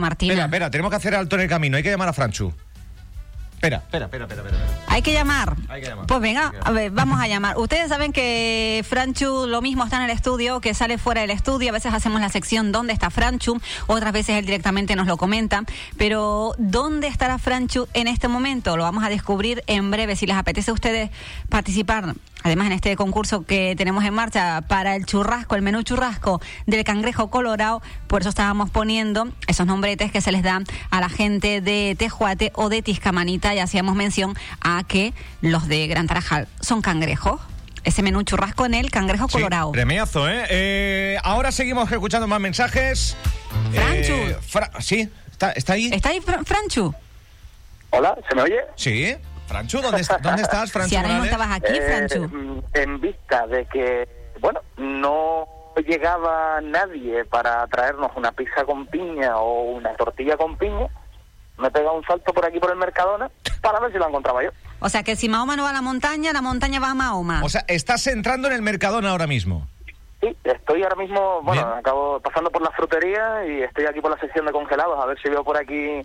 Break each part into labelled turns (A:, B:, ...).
A: Martina.
B: Espera, espera, tenemos que hacer alto en el camino. Hay que llamar a Franchu. Espera, espera, espera, espera. espera.
A: Hay que llamar.
B: Hay que llamar.
A: Pues venga,
B: Hay que
A: a ver, vamos a llamar. Ustedes saben que Franchu lo mismo está en el estudio, que sale fuera del estudio. A veces hacemos la sección ¿Dónde está Franchu? Otras veces él directamente nos lo comenta. Pero ¿dónde estará Franchu en este momento? Lo vamos a descubrir en breve. Si les apetece a ustedes participar, además en este concurso que tenemos en marcha para el churrasco, el menú churrasco del cangrejo colorado, por eso estábamos poniendo esos nombretes que se les dan a la gente de Tejuate o de Tiscamanita y hacíamos mención a que los de Gran Tarajal son cangrejos. Ese menú churrasco en el cangrejo
B: Sí,
A: colorado.
B: Premiazo, ¿eh? Eh, Ahora seguimos escuchando más mensajes. Eh,
A: Franchu.
B: Fra- sí, ¿Está, está ahí?
A: ¿Está ahí Fra- Franchu?
C: Hola, ¿se me oye?
B: Sí. Franchu, ¿dónde, est- dónde estás, Franchu?
A: si ahora mismo
B: Morales?
A: estabas aquí,
C: Eh,
A: Franchu.
C: mm, en vista de que, bueno, no llegaba nadie para traernos una pizza con piña o una tortilla con piña, me pega un salto por aquí por el Mercadona para ver si la encontraba yo.
A: O sea que si Mahoma no va a la montaña, la montaña va a Mahoma.
B: O sea, estás entrando en el Mercadona ahora mismo.
C: Sí, estoy ahora mismo, bueno,
B: Bien.
C: acabo pasando por la frutería y estoy aquí por la sección de congelados, a ver si veo por aquí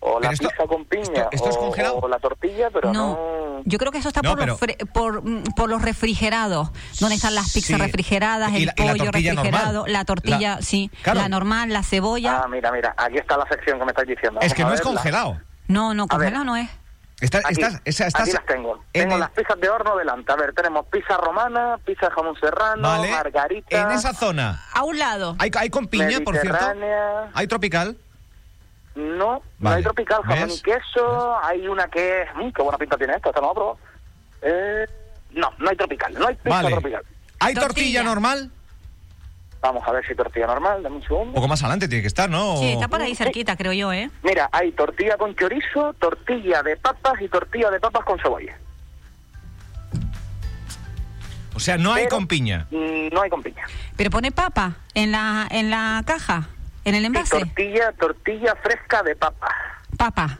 C: o la
B: Pero esto-
C: pizza con piña
B: esto- esto es
C: o-
B: congelado.
C: o la tortilla, pero no...
A: yo creo que eso está
B: No,
A: por, los
B: pero-
A: fre- por, mm, por los refrigerados, donde están las pizzas
B: Sí.
A: refrigeradas,
B: Y
A: el
B: la- y la
A: pollo
B: tortilla
A: refrigerado,
B: normal.
A: la tortilla,
B: La-
A: sí,
B: Claro.
A: la normal, la cebolla.
C: Ah, mira, mira, aquí está la sección que me estáis diciendo.
B: Es
C: Vamos
B: que
C: a
B: no es
C: verla.
B: congelado.
A: no, no,
C: a ver.
A: congelado no es.
B: Está-
C: Aquí,
B: estás, esa- estás
C: aquí las tengo.
B: en
C: Tengo
B: el-
C: las pizzas de horno delante. A ver, tenemos pizza romana, pizza de jamón serrano,
B: Vale.
C: margarita,
B: En esa zona.
A: A un lado.
B: Hay, hay con piña, por cierto.
C: mediterránea.
B: Hay tropical.
C: No, no
B: Vale.
C: hay tropical, jamón
B: ¿Ves?
C: y queso. Hay una que es... mm, qué buena pinta tiene esto, esta no la probo. Eh, no, no hay tropical, no hay pizza
B: Vale.
C: tropical.
B: Hay
A: Tortilla.
B: tortilla normal.
C: Vamos a ver si tortilla normal, dame un
B: Un
C: segundo.
B: poco más adelante tiene que estar, ¿no?
A: Sí, está por ahí
C: Sí.
A: cerquita, creo yo, ¿eh?
C: Mira, hay tortilla con chorizo, tortilla de papas y tortilla de papas con cebolla.
B: O sea, no hay
C: Pero-
B: con piña.
C: Mm, No hay con piña.
A: Pero pone papa en la, en la caja, en el
C: Y
A: envase.
C: tortilla, tortilla fresca de papas.
A: Papa.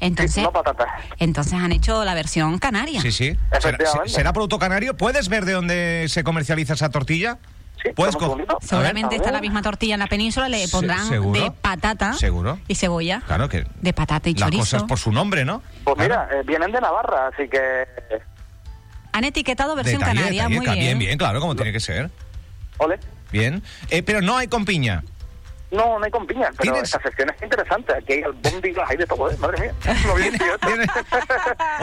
A: Entonces,
C: no patatas.
A: entonces han hecho la versión canaria.
B: Sí, sí. ¿Será,
C: Efectivamente.
B: se- será producto canario? ¿Puedes ver de dónde se comercializa esa tortilla?
C: Sí,
B: ¿Puedes
C: dame un
B: co-
C: segundito.
B: A
A: Seguramente
C: ver.
A: está la misma tortilla en la península, le
B: Se-
A: pondrán
B: seguro.
A: de patata
B: Seguro.
A: y cebolla.
B: Claro que.
A: De patata y
B: Las
A: chorizo.
B: cosas por su nombre, ¿no?
C: Pues
B: Claro.
C: mira, eh, vienen de Navarra, así que
A: Han etiquetado versión
B: Detalle,
A: canaria,
B: detalle,
A: muy
B: ca-
A: bien.
B: bien, claro, como tiene que ser.
C: ole.
B: Bien. Eh, pero no hay con piña.
C: No, no hay con piña, pero
B: ¿Tienes?
C: esta sección es interesante. Aquí hay albóndigas, hay de todo, ¿eh? madre mía. Lo bien que yo estoy.
B: Tiene-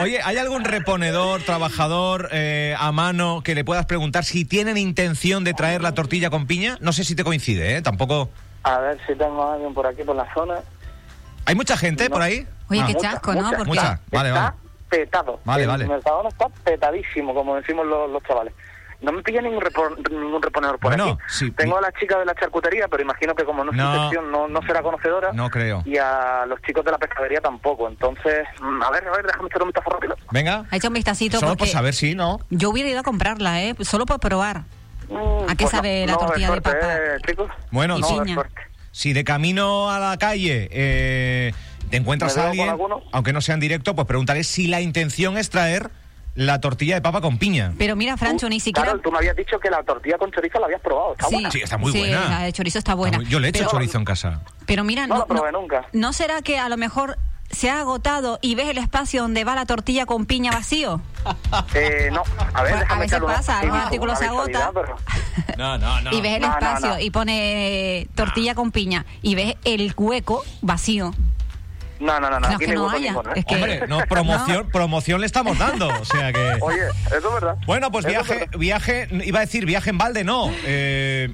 B: Oye, ¿hay algún reponedor, trabajador eh, a mano que le puedas preguntar si tienen intención de traer la tortilla con piña? No sé si te coincide, ¿eh? Tampoco.
C: A ver si tengo a alguien por aquí, por la zona.
B: ¿Hay mucha gente
C: No.
B: por ahí?
A: Oye,
B: Ah.
A: qué
C: mucha,
A: chasco, ¿no?
C: mucha,
A: Porque
B: mucha. Vale,
C: está
B: vale.
C: petado.
B: Vale,
C: el
B: vale.
C: Mercadona está petadísimo, como decimos los, los chavales. No me pilla ningún, repon- ningún reponedor por
B: Bueno,
C: aquí.
B: sí.
C: Tengo a la chica de la charcutería, pero imagino que como no es su
B: No.
C: sección, no, no será conocedora.
B: No creo.
C: Y a los chicos de la pescadería tampoco. Entonces, mm, a ver, a ver, déjame echar un vistazo rápido.
B: Venga.
A: Ha hecho un vistacito
B: Solo
A: porque
B: por saber si, ¿no?
A: yo hubiera ido a comprarla, ¿eh? Solo por probar.
C: Mm,
A: ¿A qué sabe la
C: no,
A: tortilla de
C: suerte,
A: papa?
C: eh, chicos.
B: Bueno,
A: Y
B: si-
A: piña.
B: si de camino a la calle eh, te encuentras
C: ¿Me
B: a
C: veo
B: alguien,
C: con alguno?
B: aunque no sea en directo, pues preguntaré si la intención es traer la tortilla de papa con piña.
A: Pero mira, Francho, ni siquiera...
C: Claro, tú me habías dicho que la tortilla con chorizo la habías probado. Está buena.
B: Sí, está muy buena.
A: la de chorizo está buena.
B: Yo le he hecho
A: pero,
B: chorizo en casa.
A: Pero mira,
C: No
A: no,
C: la probé nunca.
A: ¿no será que a lo mejor se ha agotado y ves el espacio donde va la tortilla con piña vacío?
C: Eh, no, a
A: Pues,
C: ver,
A: a
C: déjame
A: veces
C: echarle una-
A: pasa,
C: sí,
A: algún
C: una
A: artículo se
C: visualidad,
A: agota.
C: pero-
B: No, no, no.
A: Y ves el
C: No, no,
A: espacio
C: no.
A: y pone eh, tortilla con piña y ves el hueco vacío.
C: No, no, no, no,
A: No,
C: aquí
A: que
C: no
A: no
C: hay hueco
A: haya,
C: ninguno, ¿eh?
A: es que-
B: Hombre, no, promoción, promoción le estamos dando. O sea que.
C: Oye, eso es verdad.
B: Bueno, pues
C: Eso es
B: viaje,
C: verdad.
B: viaje, iba a decir viaje en balde, no. Eh,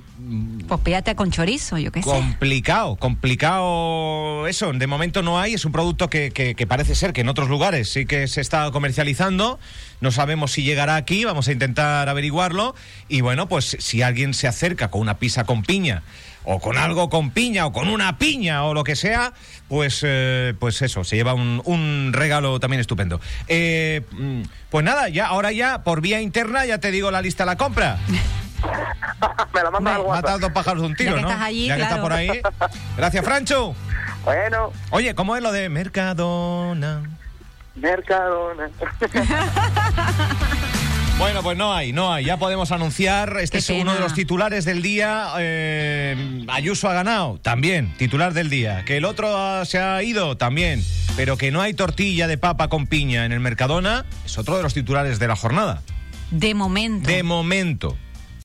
A: Pues pídate con chorizo, yo qué sé.
B: complicado, complicado eso. De momento no hay, es un producto que, que- que parece ser que en otros lugares sí que se está comercializando. No sabemos si llegará aquí, vamos a intentar averiguarlo. Y bueno, pues si alguien se acerca con una pizza con piña, o con algo con piña, o con una piña, o lo que sea, pues, eh, pues eso, se lleva un, un regalo también estupendo. Eh, mm, pues nada, ya ahora ya por vía interna ya te digo la lista de la compra.
C: Me la mandas al
B: Matas
C: WhatsApp.
B: dos pájaros de un tiro,
A: Ya que
B: ¿no?
A: estás allí,
B: ya que
A: claro.
B: estás por ahí. Gracias, Francho.
C: Bueno,
B: Oye, ¿cómo es lo de Mercadona?
C: Mercadona.
B: Bueno, pues no hay, no hay. Ya podemos anunciar.
A: Qué
B: Este es uno
A: pena.
B: de los titulares del día. Eh, Ayuso ha ganado, también, titular del día. Que el otro ah, se ha ido, también. Pero que no hay tortilla de papa con piña en el Mercadona, es otro de los titulares de la jornada.
A: De momento.
B: De momento.